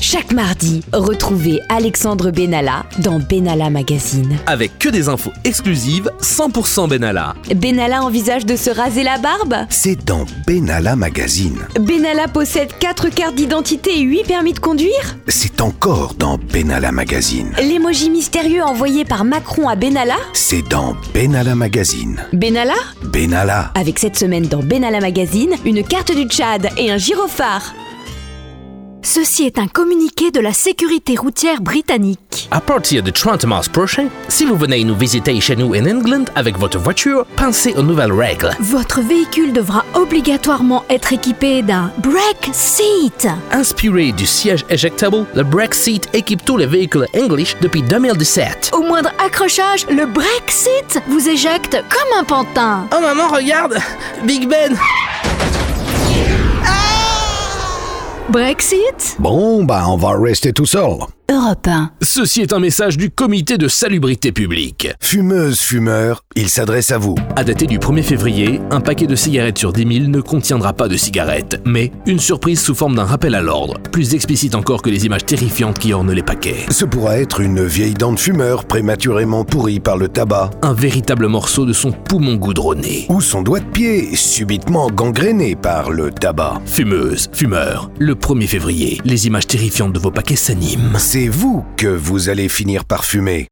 Chaque mardi, retrouvez Alexandre Benalla dans Benalla Magazine. Avec que des infos exclusives, 100% Benalla. Benalla envisage de se raser la barbe C'est dans Benalla Magazine. Benalla possède 4 cartes d'identité et 8 permis de conduire C'est encore dans Benalla Magazine. L'émoji mystérieux envoyé par Macron à Benalla C'est dans Benalla Magazine. Benalla Benalla. Avec cette semaine dans Benalla Magazine, une carte du Tchad et un gyrophare. Ceci est un communiqué de la sécurité routière britannique. À partir de 30 mars prochain, si vous venez nous visiter chez nous en England avec votre voiture, pensez aux nouvelles règles. Votre véhicule devra obligatoirement être équipé d'un brake seat. Inspiré du siège éjectable, le Brexit équipe tous les véhicules English depuis 2017. Au moindre accrochage, le brake seat vous éjecte comme un pantin. Oh maman, regarde Big Ben Brake seat Bon, bah, on va rester tout seul. Europe 1. Ceci est un message du comité de salubrité publique. Fumeuse, fumeur, il s'adresse à vous. À dater du 1er février, un paquet de cigarettes sur 10 000 ne contiendra pas de cigarettes, mais une surprise sous forme d'un rappel à l'ordre, plus explicite encore que les images terrifiantes qui ornent les paquets. Ce pourra être une vieille dent de fumeur prématurément pourrie par le tabac, Un véritable morceau de son poumon goudronné. ou son doigt de pied subitement gangréné par le tabac. Fumeuse, fumeur, le 1er février, les images terrifiantes de vos paquets s'animent. C'est vous que vous allez finir par fumer.